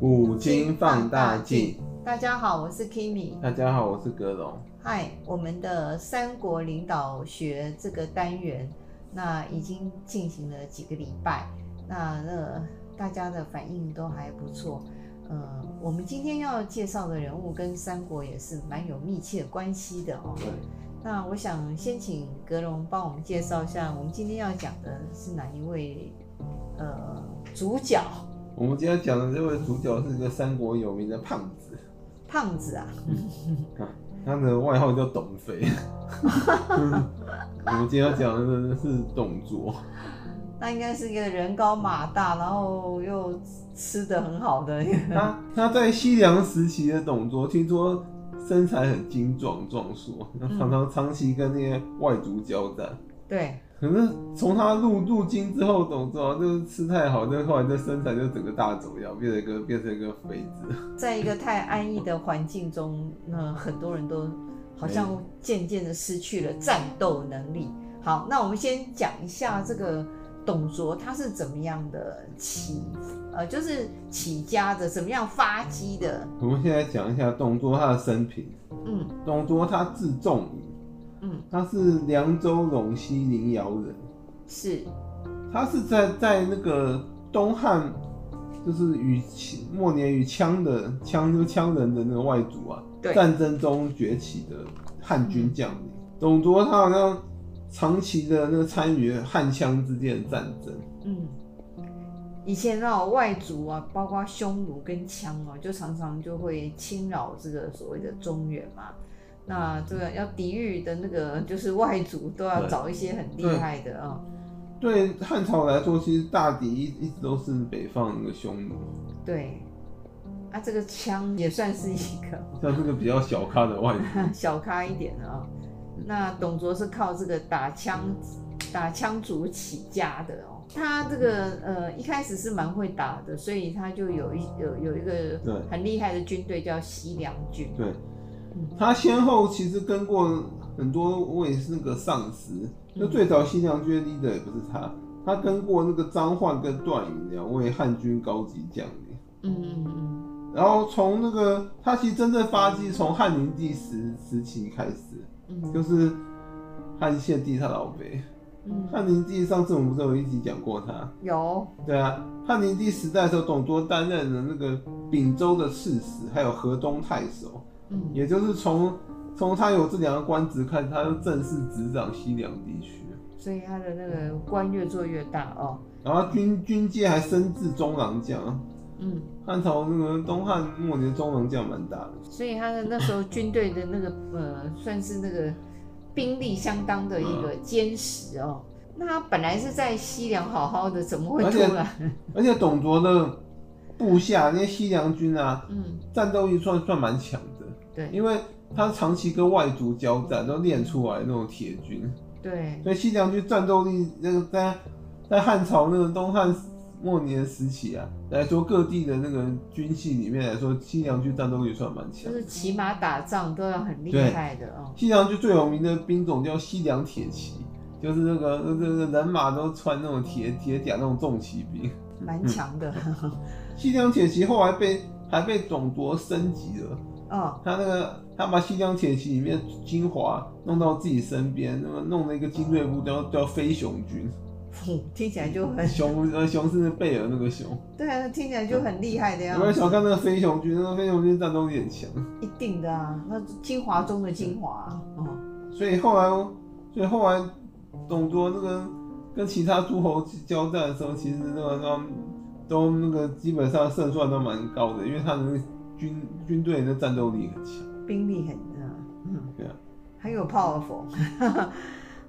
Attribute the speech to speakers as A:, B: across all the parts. A: 五金放大镜。
B: 大家好，我是 Kimi。
A: 大家好，我是格龙。
B: 嗨，我们的三国领导学这个单元，那已经进行了几个礼拜，那那大家的反应都还不错。呃，我们今天要介绍的人物跟三国也是蛮有密切关系的哦。
A: 对，
B: 那我想先请格龙帮我们介绍一下，我们今天要讲的是哪一位呃主角？
A: 我们今天讲的这位主角是一个三国有名的胖子，
B: 胖子啊，
A: 他的外号叫董肥。 我们今天要讲的是董卓，
B: 那应该是一个人高马大，然后又吃的很好的一个。
A: 他他在西凉时期的董卓，听说身材很精壮壮硕，那常常长期跟那些外族交战。
B: 对，
A: 可是从他入入京之后，董卓啊就是吃太好，就后来这身材就整个大走样，变成一个变成一个肥子。
B: 在一个太安逸的环境中，呃，很多人都好像渐渐的失去了战斗能力。好，那我们先讲一下这个董卓他是怎么样的起，呃，就是起家的，怎么样发迹的？
A: 我们现在讲一下董卓他的生平。
B: 嗯
A: 董卓他字仲仪，
B: 嗯，
A: 他是凉州陇西临洮人，
B: 是
A: 他是在在那个东汉，就是与秦末年与羌的羌就羌人的那个外族啊，
B: 对
A: 战争中崛起的汉军将领。
B: 嗯
A: 董卓他好像长期的那个参与汉羌之间的战争。
B: 嗯，以前啊，外族啊，包括匈奴跟羌哦、就常常就会侵扰这个所谓的中原嘛。那这个要抵御的那个就是外族都要
A: 嗯对
B: 找一些很厉
A: 对
B: 害的啊、
A: 对汉朝来说，其实大敌一一直都是北方那个匈奴，
B: 对，啊，这个羌也算是一个
A: 像这个比较小咖的外族。
B: 小咖一点的啊、那董卓是靠这个打羌打羌族起家的哦、他这个呃一开始是蛮会打的，所以他就有一有有一个
A: 对
B: 很厉害的军队叫西凉军。
A: 对
B: 嗯，
A: 他先后其实跟过很多位是那个上司，就最早西凉军的 leader 也不是他，他跟过那个张焕跟段颖两位汉军高级将领。
B: 嗯嗯嗯
A: 然后从那个他其实真正发迹从汉灵帝时时期开始，
B: 嗯
A: 就
B: 嗯
A: 是汉献帝他老辈。
B: 嗯，
A: 汉灵帝上次我们不是有一集讲过他？
B: 有
A: 对啊，汉灵帝时代的时候，董卓担任了那个秉州的刺史，还有河东太守。
B: 嗯
A: 也就是从从他有这两个官职看，他就正式执掌西凉地区，
B: 所以他的那个官越做越大哦。
A: 然后军军界还升至中郎将。
B: 嗯，
A: 汉朝那个东汉末年中郎将蛮大的，
B: 所以他的那时候军队的那个呃，算是那个兵力相当的一个坚实哦。那他本来是在西凉好好的，怎么会
A: 而且
B: 突然？
A: 而且董卓的部下那些西凉军啊，
B: 嗯，
A: 战斗力算算蛮强的，
B: 对
A: 因为他长期跟外族交战，都练出来那种铁军，
B: 对，
A: 所以西凉军战斗力那个在在汉朝那个东汉末年时期啊来说，各地的那个军系里面来说，西凉军战斗力算蛮
B: 就
A: 强。
B: 是骑马打仗都要很厉
A: 对
B: 害的哦。
A: 西凉军最有名的兵种叫西凉铁骑，就是那个那那那人马都穿那种铁铁甲那种重骑兵。
B: 蛮强的，
A: 西凉铁骑后来被还被董卓升级了，
B: 哦，
A: 他那个他把西凉铁骑里面精华弄到自己身边，那么弄了一个精锐部叫叫飞熊军，
B: 哼听起来就很
A: 熊呃熊是贝尔那个熊。
B: 对啊，听起来就很厉害的样
A: 我也
B: 子
A: 想，看那个飞熊军，那个飞熊军战斗力很强，
B: 一定的啊，那精华中的精华啊，哦。
A: 所以后来，哦所以后来董卓那个跟其他诸侯交战的时候，其实那个都都那个基本上胜算都蛮高的，因为他的那个军军队的战斗力很强，
B: 兵力很大，嗯，
A: 对啊，
B: 很有 powerful，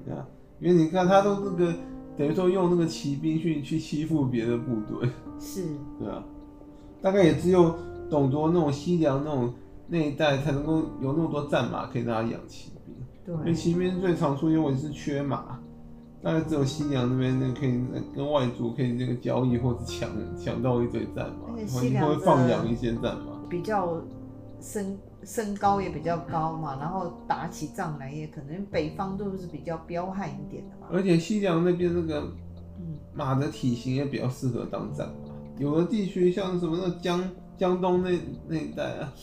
A: 对啊，因为你看他都那个等于说用那个骑兵去去欺负别的部队，
B: 是，
A: 对啊，大概也只有董卓那种西凉那种那一带才能够有那么多战马可以让他养骑兵。因为
B: 对，
A: 骑兵最常出现问题是缺马，大概只有西凉那边那个可以跟外族可以那个交易，或者抢抢到一堆战马，
B: 而且
A: 然后
B: 西
A: 你
B: 凉
A: 会
B: 的
A: 放养一些战马。
B: 比较身身高也比较高嘛，然后打起仗来也可能北方都是比较彪悍一点的嘛，
A: 而且西凉那边那个
B: 嗯，
A: 马的体型也比较适合当战马，有的地区像什么那江。江东那那一带啊，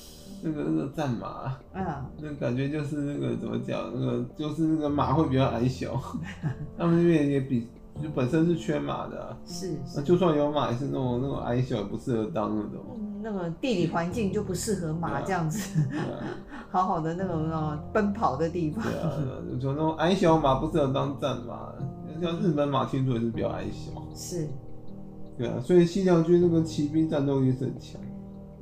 A: 那个那个战马啊、
B: 嗯，
A: 那感觉就是那个怎么讲，那个就是那个马会比较矮小， 他们那边也比就本身是缺马的啊、
B: 是
A: 那
B: 是，
A: 就算有马也是那种那种矮小，不适合当那种。
B: 嗯那个地理环境就不适合马
A: 对啊
B: 这样子，
A: 对啊，
B: 好好的那种呃奔跑的地方
A: 对。啊，对啊就那种矮小马不适合当战马，像日本马听说也是比较矮小。
B: 是，
A: 对啊，所以西凉军那个骑兵战斗力是很强。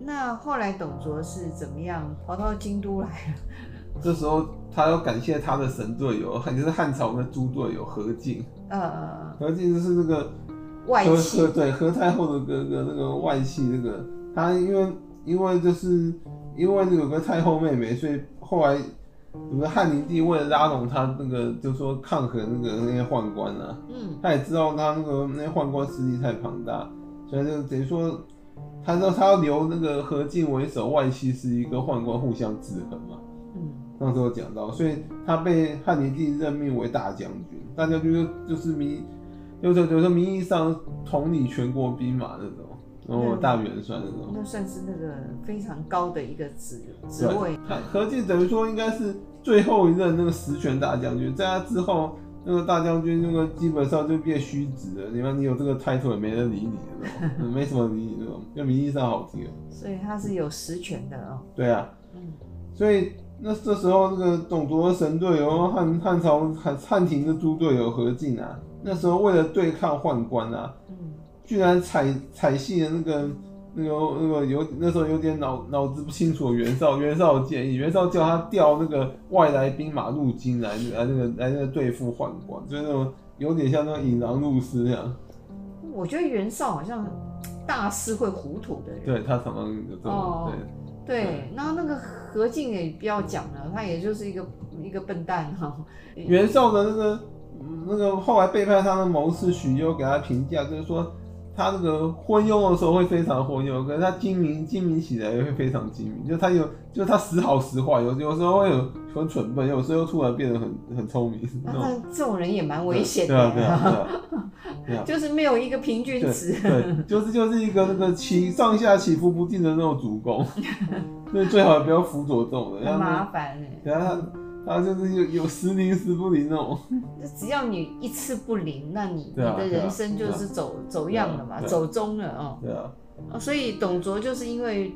B: 那后来董卓是怎么样跑到京都来了？
A: 这时候他要感谢他的神队友，也就是汉朝的猪队友何进。
B: 呃，
A: 何进就是那个
B: 外
A: 和
B: 戚
A: 和对何太后的哥哥那个外戚那个，他因为因为就是因为有个太后妹妹，所以后来有个汉灵帝为了拉拢他那个，就说抗衡那个那些宦官啊，
B: 嗯
A: 他也知道他那个那些宦官势力太庞大，所以就等于说他知道他要留那个何进为首，外戚是一个宦官互相制衡嘛。
B: 嗯
A: 那时候讲到，所以他被汉灵帝任命为大将军，大将军就就是名，就是就是名义上统领全国兵马那种，然后大元帅那种。
B: 那算是那个非常高的一个职职位。
A: 他何进等于说应该是最后一任那个实权大将军，在他之后，那个大将军那个基本上就变虚职了。你看你有这个 title 也没人理你那种，没什么人理你那种，就名义上好听。
B: 所以他是有实权的哦。
A: 对啊，
B: 嗯
A: 所以那这时候，那个董卓的神队友汉汉朝汉汉廷的猪队友何进啊，那时候为了对抗宦官啊，
B: 嗯，
A: 居然采采信了那个那个那个有那时候有点脑脑子不清楚的袁绍，袁绍的建议，袁绍叫他调那个外来兵马入京来来那个来那个对付宦官，就是那种有点像那种引狼入室那样。
B: 我觉得袁绍好像大师会糊涂的人。
A: 对他常常有这种、
B: 哦
A: 对。
B: 对，然后那个何进也不要讲了，他也就是一个一个笨蛋哈、
A: 袁绍的那个嗯那个后来背叛他的谋士许攸给他评价，就是说他那个昏庸的时候会非常昏庸，可是他精明精明起来也会非常精明，就他有就他时好时坏，有有时候会有很蠢笨，有时候又突然变得很很聪明，那
B: 那
A: 种
B: 他这种人也蛮危险的、
A: 对啊对啊对啊，对啊
B: 就是没有一个平均
A: 对
B: 值。
A: 对，就是就是一个那个起上下起伏不定的那种主 公，所以最好也不要辅佐这种人，
B: 很
A: 然后
B: 麻
A: 呢
B: 烦哎、
A: 等下啊他他就是有有时灵时不灵那种。
B: 只要你一次不灵，那你、
A: 对啊
B: 你的人生就是走、走样了嘛，
A: 对啊
B: 走中了哦
A: 对啊，
B: 哦所以董卓就是因为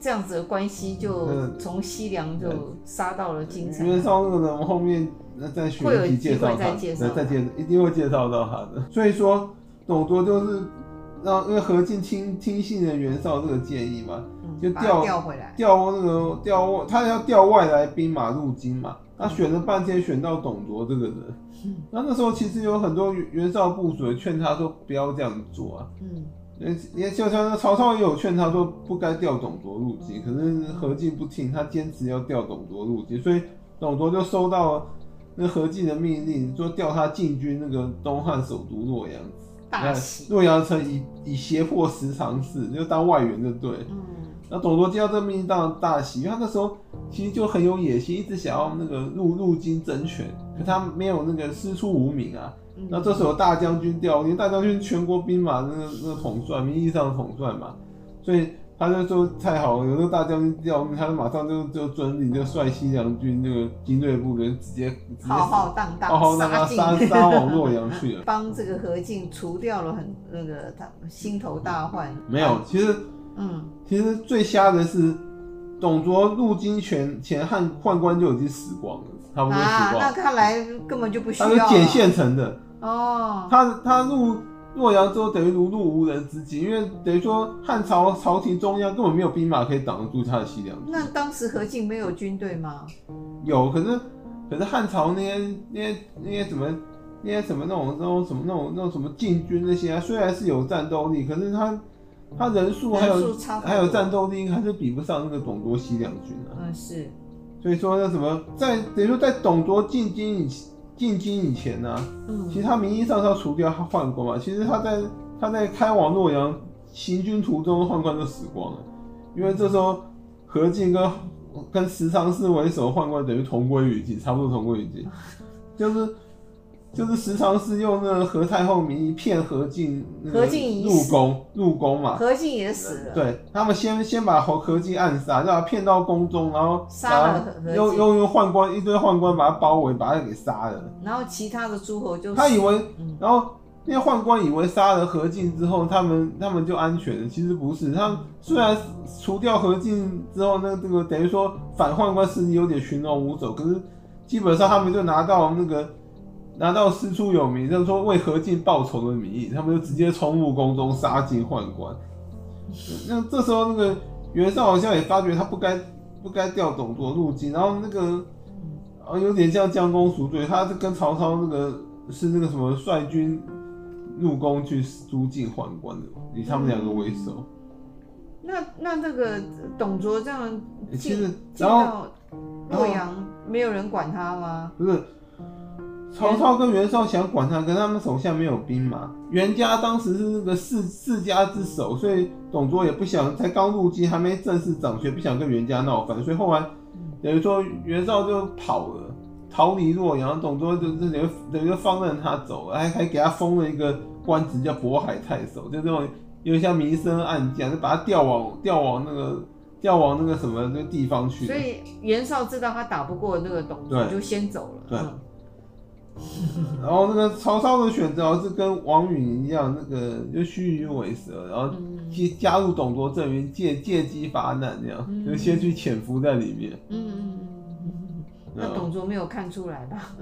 B: 这样子的关系，就
A: 嗯
B: 从西凉就杀到了京城。
A: 袁绍那个人，我们后面呃再选
B: 会有
A: 一集介绍
B: 机会再
A: 他，
B: 介绍
A: 对再介一定会介绍到他的。所以说，董卓就是让因为何进听听信了袁绍这个建议嘛，
B: 嗯
A: 就
B: 把它
A: 调
B: 调回来。
A: 调那个调他要调外来兵马入京嘛，他选了半天选到董卓这个人。
B: 嗯
A: 那那时候其实有很多袁袁绍部属也劝他说不要这样做啊，
B: 嗯，
A: 也也就像曹操也有劝他说不该调董卓入京，可是何进不听，他坚持要调董卓入京，所以董卓就收到了那何进的命令，说调他进军那个东汉首都洛阳，
B: 大喜。
A: 洛阳城以以胁迫十常侍，就当外援就对了。
B: 嗯
A: 那董卓接到这个命令，当然大喜，因为他那时候其实就很有野心，一直想要那个入入京争权，可他没有那个师出无名啊，
B: 嗯，
A: 那这时候大将军调，因为大将军全国兵马那个那个统帅，名义上的统帅嘛，所以他就说太好了，有这个大将军调，他就马上就就准领就率西凉军那个精锐部队，直接直接
B: 嗯浩浩荡荡，
A: 浩浩荡荡
B: 杀
A: 杀
B: 进。
A: 杀往洛阳去了
B: 帮这个何进除掉了很那个他心头大患。
A: 没有，其实
B: 嗯，
A: 其实最瞎的是，董卓入京前前汉宦官就已经死光了，差不多
B: 啊
A: 死，光
B: 那
A: 了，
B: 看来根本就不需
A: 他
B: 要
A: 是
B: 了
A: 捡现成的。
B: 哦，
A: 他他入洛阳之后，等于如入无人之境，因为等于说汉朝朝廷中央根本没有兵马可以挡得住他的西凉军。
B: 那当时何进没有军队吗？
A: 有，可是可是汉朝那些那些那些什么那些什么那种那种什么那种那种什么禁军那些、啊，虽然是有战斗力，可是他他人数还
B: 人数
A: 有
B: 差不多
A: 还有战斗力，还是比不上那个董卓西凉军啊。
B: 嗯，是，
A: 所以说那什么，在等于说在董卓进京以进京以前啊呢、其实
B: 嗯，
A: 他名义上是要除掉他宦官嘛，其实他在他在开往洛阳行军途中，宦官就死光了，因为这时候何进跟 跟十常侍为首，宦官等于同归于尽，差不多同归于尽，就是就是时常是用那个何太后名义骗何进，那个
B: 何进已
A: 入
B: 死
A: 宫入宫嘛，
B: 何进也死了，
A: 对他们先先把侯何进暗杀，让他骗到宫中，然后
B: 杀
A: 把
B: 了
A: 他
B: 何何
A: 又
B: 进
A: 又用宦官一堆宦官把他包围，把他给杀了。
B: 然后其他的诸侯就
A: 他以
B: 死
A: 为，
B: 嗯
A: 然后那些宦官以为杀了何进之后，他们他们就安全了，其实不是。他们虽然除掉何进之后，那这个等于说反宦官势力有点群龙无首，可是基本上他们就拿到那个。拿到师出有名，就是说为何进报仇的名义，他们就直接冲入宫中杀尽宦官。那这时候那个袁绍好像也发觉他不该不该调董卓入京，然后那个啊有点像将功赎罪，他是跟曹操那个是那个什么率军入宫去诛尽宦官的，以他们两个为首。
B: 那那那个董卓这样
A: 欸其
B: 嗯进
A: 实
B: 进
A: 然后
B: 到
A: 然
B: 洛
A: 后
B: 阳，没有人管他吗？
A: 不是曹操跟袁绍想管他，可是他们手下没有兵马。袁家当时是那个世世家之首，所以董卓也不想，才刚入京，还没正式掌权，不想跟袁家闹翻，所以后来等于说袁绍就跑了，逃离洛阳，董卓就就等于等于就放任他走了，还还给他封了一个官职叫渤海太守，就这种有点像明升暗降，就把他调往调往那个调往那个什么那个地方去了。
B: 所以袁绍知道他打不过那个董卓，
A: 对
B: 就先走了。
A: 对
B: 嗯
A: 然后那个曹操的选择是跟王允一样，那个就虚与委蛇，然后
B: 嗯
A: 加加入董卓阵营，借借机发难那样，
B: 嗯
A: 就先去潜伏在里面。
B: 嗯嗯嗯嗯，那
A: 嗯
B: 董卓没有看出来吧？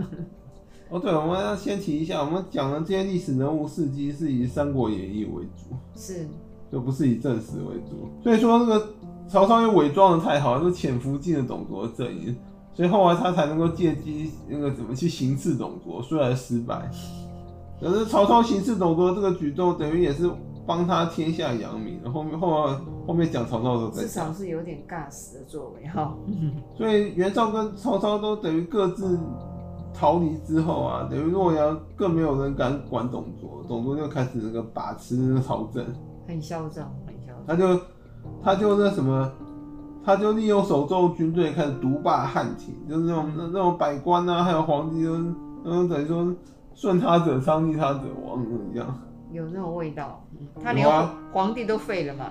A: 哦，对，我们要先提一下，我们讲的这些历史人物事迹是以《三国演义》为主，
B: 是，
A: 就不是以正史为主。所以说，那个曹操又伪装的太好，就潜伏进了董卓的阵营，所以后来他才能够借机那个怎么去行刺董卓，虽然失败，可是曹操行刺董卓这个举动，等于也是帮他天下扬名。后面后来后面讲曹操的时候再
B: 至
A: 讲
B: 少。是有点尬死的作为哈。
A: 所以袁绍跟曹操都等于各自逃离之后啊，等于洛阳更没有人敢管董卓，董卓就开始那个把持那个朝政，
B: 很嚣张，很嚣张。
A: 他就他就那什么，他就利用手中军队开始独霸汉庭，就是那种那那种百官啊，还有皇帝就是，那种等于说顺他者昌，逆他者亡一样。
B: 有那种味道，嗯他
A: 有
B: 连
A: 啊
B: 皇皇帝都废了嘛，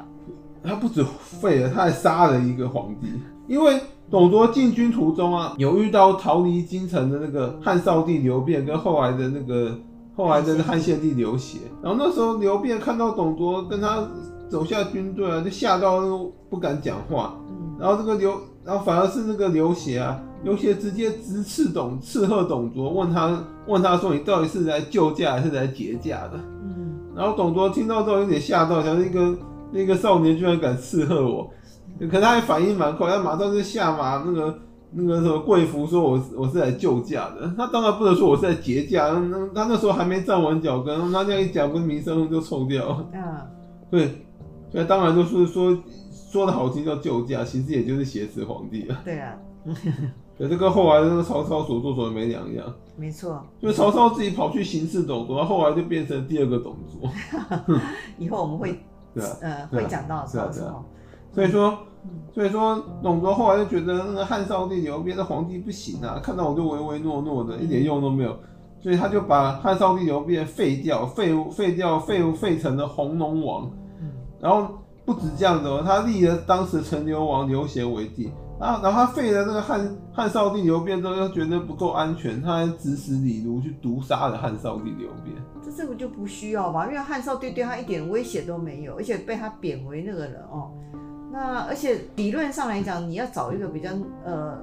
A: 他不止废了，他还杀了一个皇帝。因为董卓进军途中啊，有遇到逃离京城的那个汉少帝刘辩，跟后来的那个后来的汉献帝刘协。然后那时候刘辩看到董卓跟他手下军队啊，就吓到不敢讲话。
B: 嗯，
A: 然后这个刘，然后反而是那个刘协啊，刘协直接直斥董斥喝董卓，问他问他说你到底是来救驾还是来劫驾的？
B: 嗯，
A: 然后董卓听到之后有点吓到，想那个那个少年居然敢斥喝我，可他还反应蛮快，他马上就下马那个那个什么贵服说我是我是来救驾的，他当然不能说我是来劫驾，那那他那时候还没站稳脚跟，他这样一讲，不是名声就臭掉了。
B: 啊，
A: 对，所以当然就是说说的好听叫救驾，其实也就是挟持皇帝啊。
B: 对啊，
A: 对，这跟后来那个曹操所做所为没两样，
B: 没错，
A: 就是曹操自己跑去行刺董卓，后来就变成第二个董卓。
B: 以后我们会
A: 对啊，
B: 呃
A: 对啊
B: 会讲到
A: 对啊
B: 曹
A: 对啊
B: 操，
A: 所以说
B: 嗯，
A: 所以说董卓后来就觉得那个汉少帝刘辩的皇帝不行啊，看到我就唯唯诺诺的，一点用都没有。所以他就把汉少帝刘辩废掉，废废掉废废成了弘农王，
B: 嗯
A: 然后不止这样子哦，他立了当时陈留王刘协为帝，然后然后他废了那个汉汉少帝刘辩之后，又觉得不够安全，他还指使李儒去毒杀了汉少帝刘辩。
B: 这这个就不需要吧，因为汉少帝对他一点威胁都没有，而且被他贬为那个人哦。那而且理论上来讲，你要找一个比较呃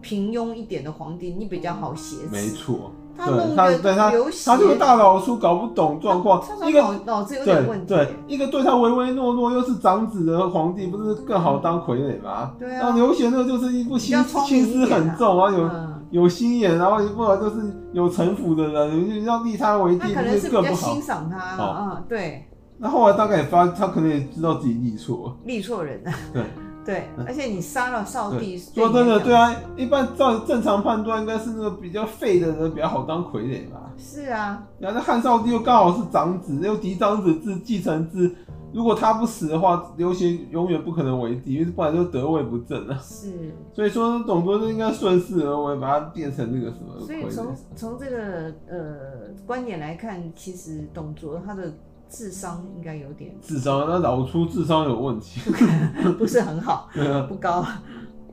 B: 平庸一点的皇帝，你比较好挟
A: 没
B: 持。
A: 错，
B: 他弄
A: 对他
B: 个
A: 对他
B: 刘协
A: 他这个大老粗搞不懂状况
B: 他，
A: 一个
B: 脑脑子有点
A: 对
B: 问题。
A: 对，一个对他唯唯诺诺，又是长子的皇帝，不是更好当傀儡吗？
B: 对
A: 然后
B: 啊，
A: 刘贤呢，就是一副心
B: 比较聪
A: 心
B: 明一
A: 思
B: 点啊
A: 很重啊，有
B: 嗯，
A: 有心眼，然后不然就是有城府的人，要立他为
B: 他
A: 帝，
B: 可
A: 不
B: 能是比
A: 更
B: 较
A: 不好
B: 欣？赏他了
A: 好
B: 啊，对，
A: 那后来大概也发，他可能也知道自己立错了。
B: 立错人了。
A: 对
B: 对，而且你杀了少帝，
A: 说真的，对
B: 啊，
A: 啊，一般照正常判断，应该是那个比较废的人比较好当傀儡吧。
B: 是啊，
A: 然后那汉少帝又刚好是长子，又嫡长子制继承制，如果他不死的话，刘协永远不可能为帝，因为不然就得位不正啊。
B: 是，
A: 所以说，董卓就应该顺势而为，把它变成那个什么
B: 所以
A: 傀
B: 从
A: 儡。
B: 从这个呃观点来看，其实董卓他的智商应该有点
A: 智商，那老出智商有问题。
B: 不是很好，
A: 对啊，
B: 不高，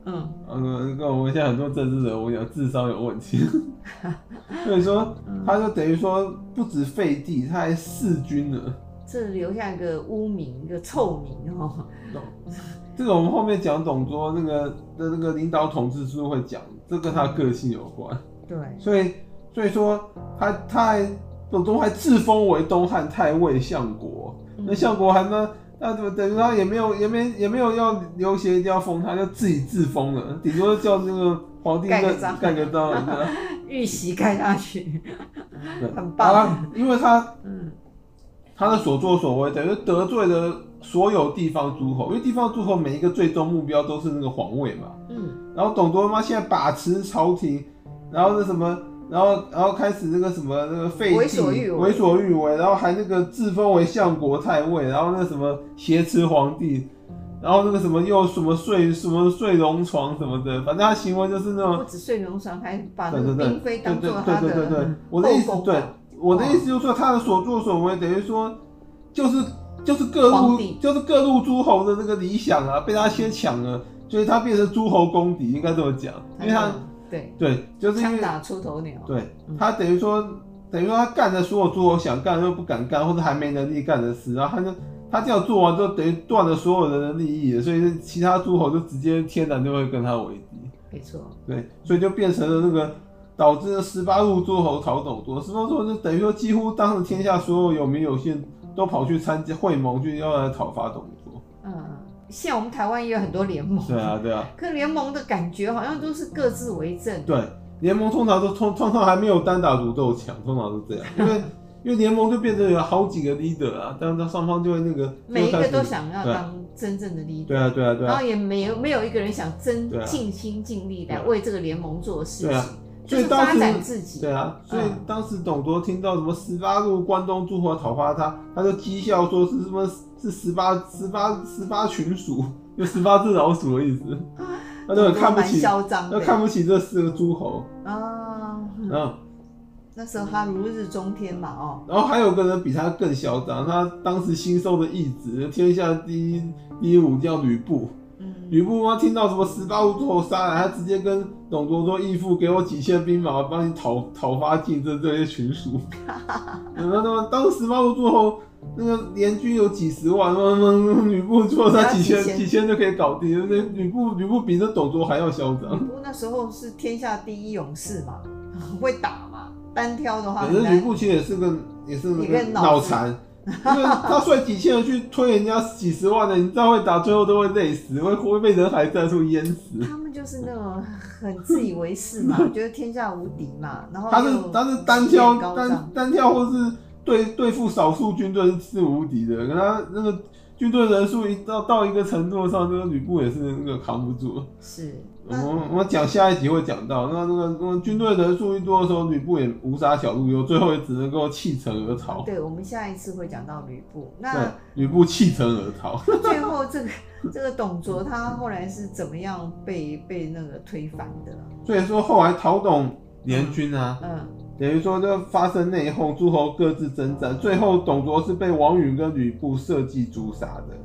B: 嗯
A: 嗯，跟我们现在很多政治人物一样，智商有问 题。所以说，
B: 嗯，
A: 他就等于说不止废帝，他还弑君了。
B: 这留下一个污名，一个臭名哦。
A: 这个我们后面讲董卓那个的那个领导统治书会讲，这跟他个性有关。
B: 对，
A: 所以，所以说他他还董卓还自封为东汉太尉相国。
B: 嗯
A: 那相国还呢？那就等于他也没有也没也没有要刘协一定要封他，就自己自封了，顶多叫那个皇帝
B: 盖个
A: 认
B: 章
A: 盖个章，啊你知道
B: 玉玺盖下去，
A: 对
B: 很棒
A: 啊因为他
B: 嗯，
A: 他的所作所为等于得罪了所有地方诸侯，因为地方诸侯每一个最终目标都是那个皇位嘛。
B: 嗯，
A: 然后董卓妈现在把持朝廷，然后那什么，然后然后开始那个什么那个废帝，
B: 为所欲为
A: 为所欲为，然后还那个自封为相国太尉，然后那什么挟持皇帝，然后那个什么又什么睡什么睡龙床什么的，反正他行为就是那
B: 嗯不
A: 种
B: 止睡龙床，还把那
A: 对
B: 个
A: 对对
B: 嫔妃
A: 对
B: 当
A: 对
B: 做
A: 对
B: 他
A: 对对对
B: 的，嗯
A: 我的意思
B: 后宫啊
A: 对
B: 吧哦
A: 我的意思就是说他的所作所为等于说就是就是各
B: 皇
A: 路
B: 帝
A: 就是各路诸侯的那个理想啊，被他先抢了，所以他变成诸侯公敌，应该这么讲，因
B: 嗯
A: 为他。
B: 对
A: 对，就是因
B: 枪
A: 为
B: 打出头鸟，
A: 对
B: 嗯
A: 他等于说，等于说他干了所有诸侯想干又不敢干，或者还没能力干的事，然后他就他这样做完之后，等于断了所有人的利益了，所以其他诸侯就直接天然就会跟他为敌，
B: 没错，
A: 对，所以就变成了那个导致了十八路诸侯讨董卓，十八路诸侯就等于说几乎当时天下所有有名有姓都跑去参加会盟，去要来讨伐董卓，
B: 嗯，现在我们台湾也有很多联盟，
A: 对啊，对啊，
B: 可联盟的感觉好像都是各自为政，
A: 对，联盟通常都通通常还没有单打独斗强，通常是这样，因为因为联盟就变成有好几个 leader 啊，这样他双方就会那个
B: 每一个
A: 就
B: 都
A: 开始
B: 想要
A: 对
B: 当真正的 leader，
A: 对啊对啊对
B: 然
A: 啊，
B: 后也没有没有一个人想真
A: 对啊
B: 尽心尽力来
A: 对啊
B: 为这个联盟做事
A: 对
B: 情
A: 啊，
B: 就
A: 所以
B: 是
A: 当
B: 发
A: 时
B: 展自己，
A: 对啊，所以
B: 嗯
A: 当时董卓听到什么十八路关东诸侯讨伐他，他就讥笑说是什么是十八十八十八群鼠，就十八只老鼠的意思，他就很看不
B: 啊蛮
A: 起，
B: 嚣张
A: 他
B: 的
A: 看不起这四个诸侯，
B: 啊。
A: 嗯。
B: 那时候他如日中天嘛，哦，
A: 然后还有个人比他更嚣张，他当时新收的义子，天下第一第一武将吕布。
B: 嗯，
A: 吕布他听到什么十八路诸侯杀来，他直接跟董卓说：“义父，给我几千兵马，我帮你讨讨伐竞争这些群属。”有没有？那么当时十八路诸侯那个联军有几十万，那么吕布说他几千
B: 只要几千
A: 几千就可以搞定，对不对？吕布吕布比这董卓还要嚣
B: 吕
A: 张。
B: 布那时候是天下第一勇士嘛， 很会打嘛，单挑的话
A: 反
B: 很
A: 正吕
B: 难，
A: 布其实也是个也是那
B: 一个
A: 个
B: 脑
A: 脑
B: 子
A: 残，因为他率几千人去推人家几十万的，你再会打，最后都会累死，会会被人海战术淹死。
B: 他们就是那种很自以为是 嘛，觉得天下无敌嘛，然后
A: 他是
B: 又
A: 他是单
B: 气焰
A: 挑
B: 高
A: 单
B: 涨
A: 单挑或是对对付少数军队是无敌的，可他那个军队人数一到到一个程度上，那个吕布也是那个扛不住。
B: 是
A: 我
B: 那
A: 们我们讲下一集会讲到，那那个那个军队人数一多的时候，吕布也无杀小路忧，最后也只能够弃城而逃。
B: 对，我啊们下一次会讲到吕布。
A: 对
B: 那，
A: 吕布弃城而逃。
B: 最后这个这个董卓他后来是怎么样被被那个推翻的？啊
A: 所以说后来讨董联军啊，
B: 嗯，
A: 等于说就发生内讧，诸侯各自征战，最后董卓是被王允跟吕布设计诛杀的。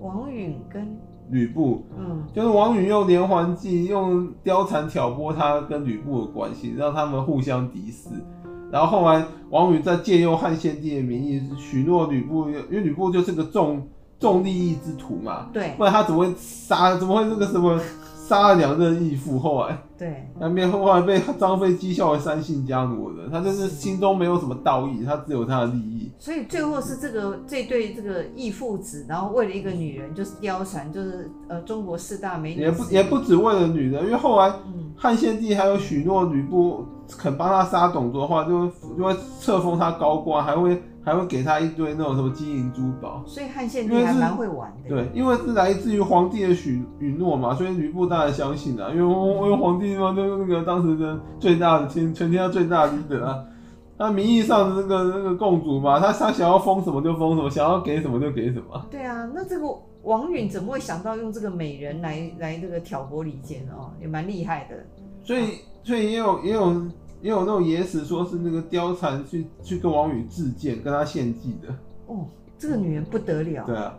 B: 王允跟
A: 吕布
B: 嗯
A: 就是王允用连环计，用貂蝉挑拨他跟吕布的关系，让他们互相敌视。然后后来王允再借用汉献帝的名义，许诺吕布，因为吕布就是个重重利益之徒嘛，
B: 对
A: 不然他怎么会杀？怎么会那个什么杀了两任义父？后来。
B: 对
A: 南边后来被张飞讥笑为三姓家奴的人，他就是心中没有什么道义，他只有他的利益。
B: 所以最后是这个这对这个义父子，然后为了一个女人，就是貂蝉，就是呃中国四大美女
A: 也不
B: 之一
A: 也不只为了女人，因为后来
B: 嗯
A: 汉献帝还有许诺吕布肯帮他杀董卓的话，就会就会册封他高官，还会还会给他一堆那种什么金银珠宝。
B: 所以汉献帝
A: 因为是
B: 还蛮会玩的，
A: 对，因为是来自于皇帝的许允诺嘛，所以吕布当然相信啦、因为因为皇帝嘛，就是那个当时的最大的天全天下最大的 leader 啊，他名义上的那个那个共主嘛，他他想要封什么就封什么，想要给什么就给什么。
B: 对啊，那这个王允怎么会想到用这个美人来来这个挑拨离间哦，也蛮厉害的。
A: 所以所以也有也有也有那种野史说是那个貂蝉去去跟王允自荐，跟他献计的。
B: 哦，这个女人不得了。
A: 对啊，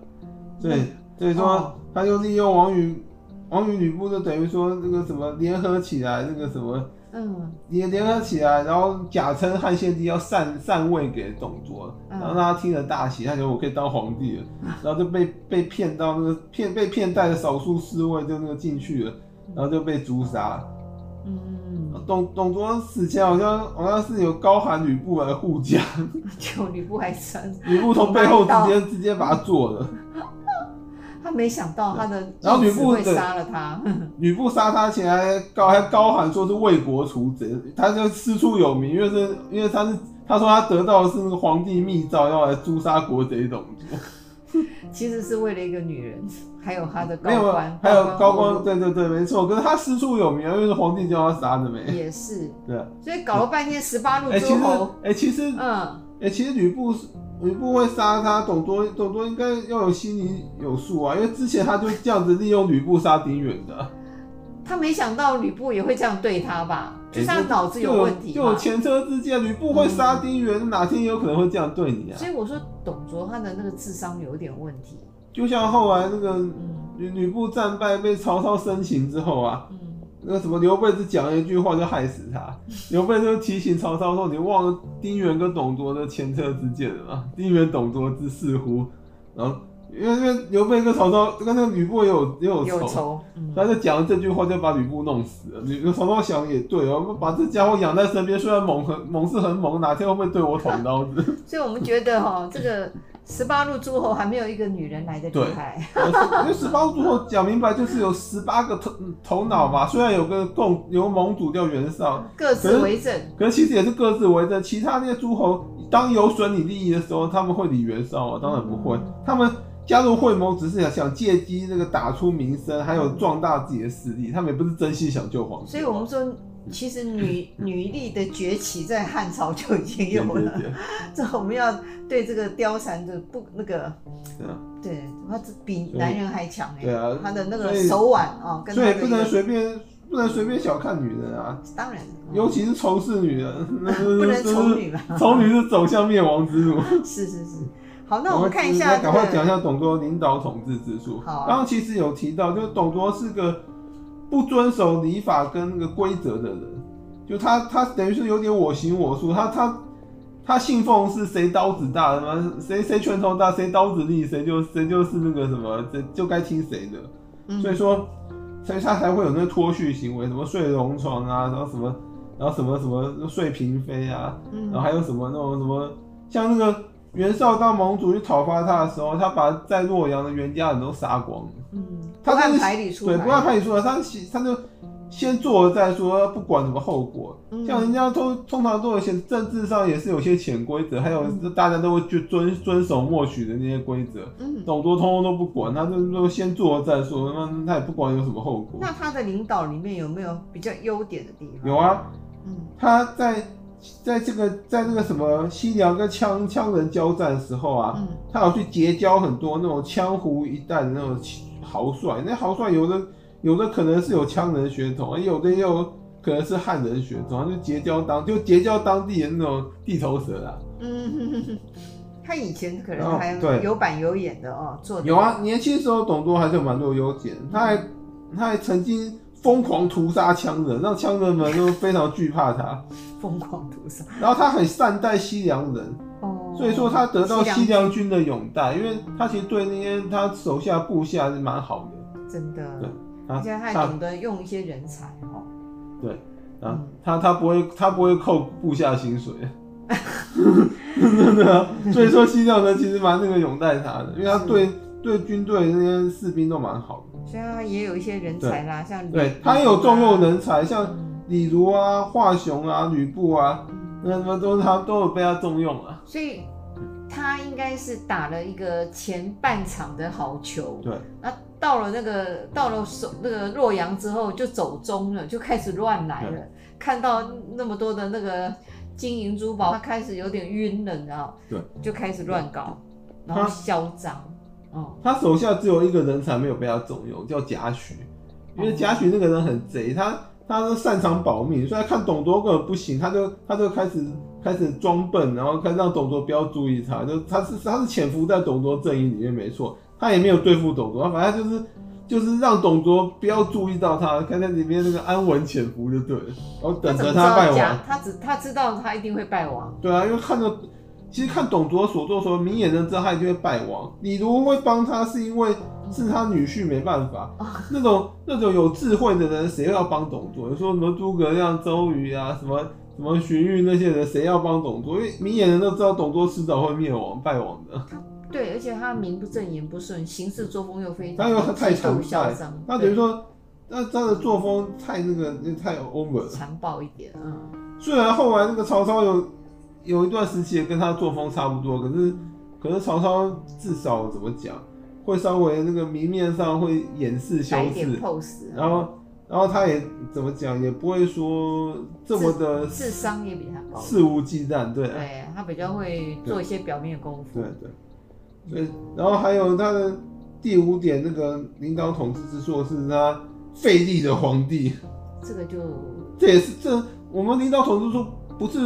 A: 所以所以说他就利用王允王允吕布就等于说那个什么联合起来那个什么。
B: 嗯，
A: 联联合起来，然后假称汉献帝要禅禅位给董卓，
B: 嗯
A: 然后让他听了大喜，他觉得我可以当皇帝了，然后就被被骗到那个骗被骗带的少数侍卫就那个进去了，然后就被诛杀。
B: 嗯，
A: 董董卓死前好像好像是有高喊吕布来护驾，
B: 就吕布还算，
A: 吕布从背后直接直接把他做了，
B: 他没想到他的
A: 然后吕
B: 义子
A: 布
B: 会
A: 的
B: 杀了他。
A: 吕布杀他前还高还高喊说是为国除贼，他就师出有名，因为是因为他是他说他得到的是那个皇帝密诏要来诛杀国贼董卓。
B: 其实是为了一个女人，还有他的
A: 没有啊
B: 高官，，
A: 还有高光，
B: 落
A: 对对对，没错。可是他师出有名啊，因为是皇帝叫他杀的
B: 入
A: 没。
B: 也是，
A: 对，
B: 所以搞了半天十八路
A: 哎，其
B: 诸
A: 实
B: 侯，，
A: 哎，其实，
B: 嗯，
A: 哎，其实吕布是吕布会杀他，董卓，董卓应该要有心里有数啊，因为之前他就这样子利用吕布杀丁原的，
B: 他没想到吕布也会这样对他吧？就是他
A: 就
B: 脑子
A: 就
B: 有问题
A: 哎就有
B: 嘛。
A: 前车之鉴。吕布会杀丁原，哪天也有可能会这样对你啊
B: 所？以我说董卓他的那个智商有点问题。
A: 就像后来那个
B: 嗯
A: 吕吕布战败被曹操生擒之后啊，
B: 嗯，
A: 那个什么刘备只讲了一句话就害死 他，刘备就提醒曹操说：“你忘了丁原跟董卓的前车之鉴了吗？丁原董卓之事乎？”然后因为因为刘备跟曹操跟那个吕布也有也有仇，
B: 有仇。嗯
A: 他就讲了这句话就把吕布弄死了。吕曹操想也对哦，我们把这家伙养在身边，虽然猛很猛是很猛，哪天会不会对我捅刀子？
B: 所以我们觉得哈、这个十八路诸侯还没有一个女人来的厉害。
A: 因为十八诸侯讲明白就是有十八个头头脑嘛，虽然有个共有个盟主叫袁绍，
B: 各自为政，
A: 可是其实也是各自为政。其他那些诸侯，当有损你利益的时候，他们会理袁绍啊？当然不会
B: 嗯，
A: 他们加入会盟只是想想借机那个打出名声，还有壮大自己的势力。他们也不是真心想救皇帝。
B: 所以我们说，其实 女女力的崛起在汉朝就已经
A: 对
B: 有
A: 对
B: 了。
A: 对，
B: 这我们要对这个貂蝉的不那个，
A: 对啊
B: 对，他比男人还强哎、
A: 对啊
B: 他的那个
A: 所以
B: 手腕啊、跟他
A: 所以
B: 的
A: 不
B: 一个
A: 能随便不能随便小看女人啊，
B: 当然，
A: 尤
B: 嗯
A: 其是仇视女人， 那
B: 不
A: 那
B: 能丑
A: 是
B: 女嘛，
A: 丑女是走向灭亡之路。
B: 是是是。好，那我们看一下、
A: 那
B: 这
A: 赶快
B: 个
A: 讲一下董卓领导统治之术。
B: 好啊
A: 刚刚其实有提到，就是董卓是个不遵守礼法跟那个规则的人，就他他等于是有点我行我素，他他他信奉是谁刀子大的嘛，谁谁拳头大，谁刀子利，谁就谁就是那个什么，谁就该听谁的。
B: 嗯
A: 所以说，所以他才会有那个脱序行为，什么睡龙床啊，然后什么，然后什么什么睡嫔妃啊，
B: 嗯
A: 然后还有什么那种什么，像那个袁绍当盟主去讨伐他的时候，他把在洛阳的袁家人都杀光了。
B: 嗯，
A: 他
B: 不
A: 真
B: 按
A: 的是
B: 牌理出牌，
A: 对，不要看你说，他他就先做了再说，不管什么后果。
B: 嗯
A: 像人家都通常都有些政治上也是有些潜规则，还有大家都会去遵遵守默许的那些规则。
B: 嗯，
A: 董卓通通都不管，他就说先做了再说，那他也不管有什么后果。
B: 那他的领导里面有没有比较优点的地方？
A: 有啊，
B: 嗯
A: 他在在这个在这个什么西凉跟羌羌人交战的时候啊，
B: 嗯
A: 他有去结交很多那种羌胡一带的那种豪帅，那豪帅有的有的可能是有羌人血统，有的也有可能是汉人血统，他就结交当就结交当地的那种地头蛇啊。
B: 嗯，他以前可
A: 哦
B: 能还
A: 对
B: 有板有眼的哦，做的
A: 有啊，年轻时候董卓还是有蛮多优点，他还他还曾经疯狂屠杀羌人，让羌人们都非常惧怕他。
B: 疯狂屠杀
A: 然后他很善待西凉人，
B: 哦，
A: 所以说他得到西
B: 西
A: 凉军的拥戴，因为他其实对那些他手下部下是蛮好的。
B: 凉真的
A: 对，
B: 而且他还
A: 他
B: 懂得用一些人才哦，
A: 对，啊
B: 嗯，
A: 他他不会他不会扣部下薪水， 真的啊、所以说西凉人其实蛮那个拥戴他的，因为他对对军队那些士兵都蛮好的。
B: 所以他也有一些人才啦，像
A: 对
B: 吕
A: 他也有重用人才，像
B: 嗯
A: 李儒啊、华雄啊、吕布啊，
B: 嗯
A: 那什么都是他都有被他重用啊。
B: 所以他应该是打了一个前半场的好球，
A: 对，
B: 那到了那个到了首那个洛
A: 嗯
B: 阳之后，就走中了，就开始乱来了。看到那么多的那个金银珠宝，他开始有点晕了，你知道？
A: 对，
B: 就开始乱搞，然后嚣张，嗯，
A: 他手下只有一个人才没有被他重用，叫贾诩。因为贾诩那个人很贼，他他都擅长保命，所以他看董卓根本不行，他就他就开始开始装笨，然后开始让董卓不要注意他，就他是他是潜伏在董卓阵营里面没错，他也没有对付董卓，反正就是就是让董卓不要注意到他，看在里面那个安稳潜伏就对了，然后等
B: 怎
A: 着
B: 么知道
A: 败
B: 假
A: 亡。
B: 他只他知道他一定会败亡，
A: 对啊，因为看到，其实看董卓所做所为，明眼人知道他一定会败亡。李儒会帮他，是因为是他女婿没办法。那种那种有智慧的人，谁要帮董卓？你说什么诸葛亮、周瑜啊，什么什么荀彧那些人，谁要帮董卓？因为明眼人都知道董卓迟早会灭亡败亡的。
B: 对，而且他名不正言不顺，行事作风又非常
A: 他又太
B: 极度
A: 残
B: 嚣
A: 暴
B: 张，，
A: 那等于说，那他的作风太那个太 over 了
B: 对。残暴一点，嗯，
A: 虽然后来那个曹操有有一段时期也跟他作风差不多，可是可是曹操至少怎么讲，会稍微那个明面上会掩饰修
B: 摆一点
A: 饰，
B: pose，嗯
A: 然后然后他也怎么讲也不会说这么的
B: 智商也比他高，
A: 肆无忌惮，对啊
B: 对他比较会做一些表面功夫
A: 对，对，所以然后还有他的第五点，那个领导统治之术是他废立的皇帝。
B: 这个就
A: 这也是这我们领导统治书不是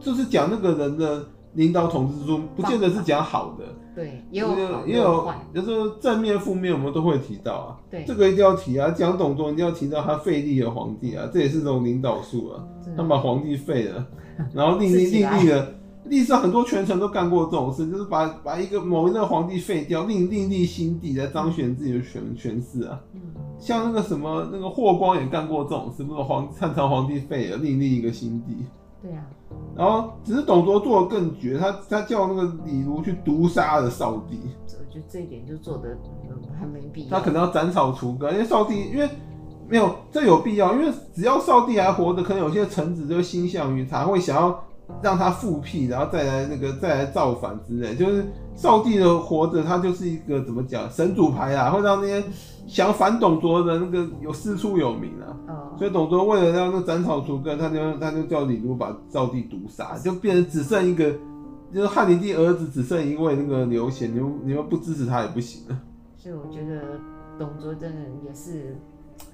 A: 就是讲那个人的领导统治书，不见得是讲好的，
B: 对，也有好
A: 也
B: 也有
A: 有
B: 坏，
A: 就是正面负面我们都会提到啊，
B: 对，
A: 这个一定要提啊，讲董卓一定要提到他废立了皇帝啊，这也是种领导术啊，
B: 真
A: 他
B: 的
A: 把皇帝废了，然后另
B: 嗯自
A: 立
B: 己
A: 另
B: 来
A: 立了。历史上很多权臣都干过这种事，就是把把一个某一个皇帝废掉，另另立新帝来彰显自己的权权势啊。
B: 嗯
A: 像那个什么，那个霍光也干过这种事，不是皇汉朝皇帝废了，另立一个新帝。
B: 对啊，
A: 然后只是董卓做的更绝，他他叫那个李儒去毒杀了少帝，
B: 这我觉得这一点就做的嗯还没必要，
A: 他可能要斩草除根，因为少帝因为没有这有必要，因为只要少帝还活着，可能有些臣子就会心向于他，会想要让他复辟，然后再来那个再来造反之类。就是少帝的活着，他就是一个怎么讲神主牌啊，会让那些想反董卓的那个有师出有名啊。
B: 呃
A: 所以董卓为了让那斩草除根，他就他就叫李儒把赵帝毒杀，就变成只剩一个，就是汉灵帝儿子只剩一位那个刘贤，你们你们不支持他也不行了。
B: 所以我觉得董卓真的也是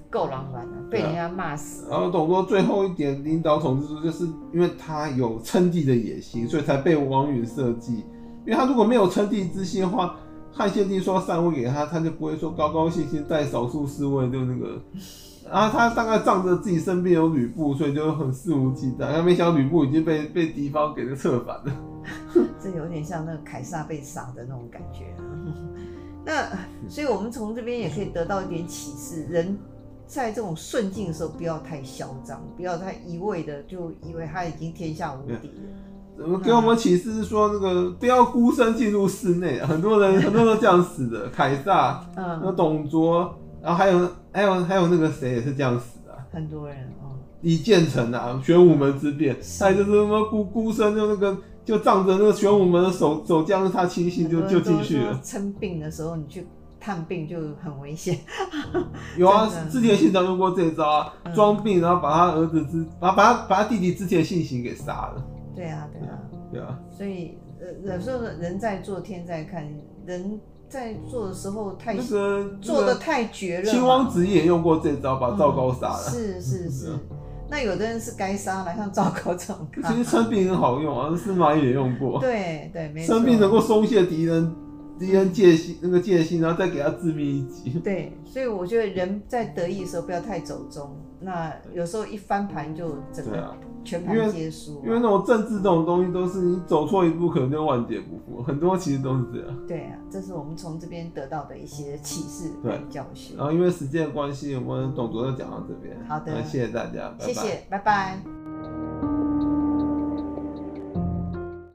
B: 够狼玩了，
A: 啊
B: 被人家骂死。
A: 然后董卓最后一点领导统治术，就是因为他有称帝的野心，所以才被王允设计。因为他如果没有称帝之心的话，汉献帝说禅位给他，他就不会说高高兴兴带少数侍卫就那个。然后啊他大概仗着自己身边有吕布，所以就很肆无忌惮。他没想到吕布已经被被敌方给策反了。
B: 这有点像那个凯撒被杀的那种感觉、啊。 那所以我们从这边也可以得到一点启示：人在这种顺境的时候，不要太嚣张，不要太一味的就以为他已经天下无敌了。
A: 呃给我们启示是说，那个不要孤身进入室内啊！很多人很多人都这样死的，凯撒、那
B: 嗯，
A: 董卓，然后还有还有还有那个谁也是这样死的啊、
B: 很多人哦，
A: 李建成啊，玄武门之变，他就是什么孤孤身就那个就仗着那个玄武门的手手将他亲信就
B: 很多人
A: 就
B: 都
A: 进去了
B: 说。称病的时候，你去探病就很危险。
A: 有啊
B: 真的，
A: 之前县长用过这招啊
B: 嗯，
A: 装病然后把他儿子之把把他把他弟弟之前的信行给杀了，
B: 对啊，对啊。
A: 对啊，
B: 所以，呃，有时候人在做天在看，人在做的时候太、
A: 那个
B: 做的太绝
A: 那
B: 了
A: 个
B: 嘛，
A: 秦王子也用过这招，把赵高杀
B: 嗯
A: 了。
B: 是 是
A: 对
B: 是
A: 啊，
B: 那有的人是该杀了，像赵高这种
A: 其
B: 干
A: 实
B: 嘛，
A: 生病很好用啊，司马懿也用过，
B: 对对，没错，
A: 生病能够松懈敌人敌人戒心那个戒心，然后再给他致命一击。
B: 对，所以我觉得人在得意的时候不要太走中，那有时候一翻盘就整
A: 对啊
B: 个。全
A: 因为
B: 盘皆输啊，
A: 因为那种政治这种东西，都是你走错一步可能就万劫不复，很多其实都是这样。
B: 对啊，这是我们从这边得到的一些启示
A: 对
B: 跟教训
A: 然。后因为时间的关系，我们董卓就讲到这边，
B: 好的
A: 那谢谢大家，拜拜
B: 谢谢，拜拜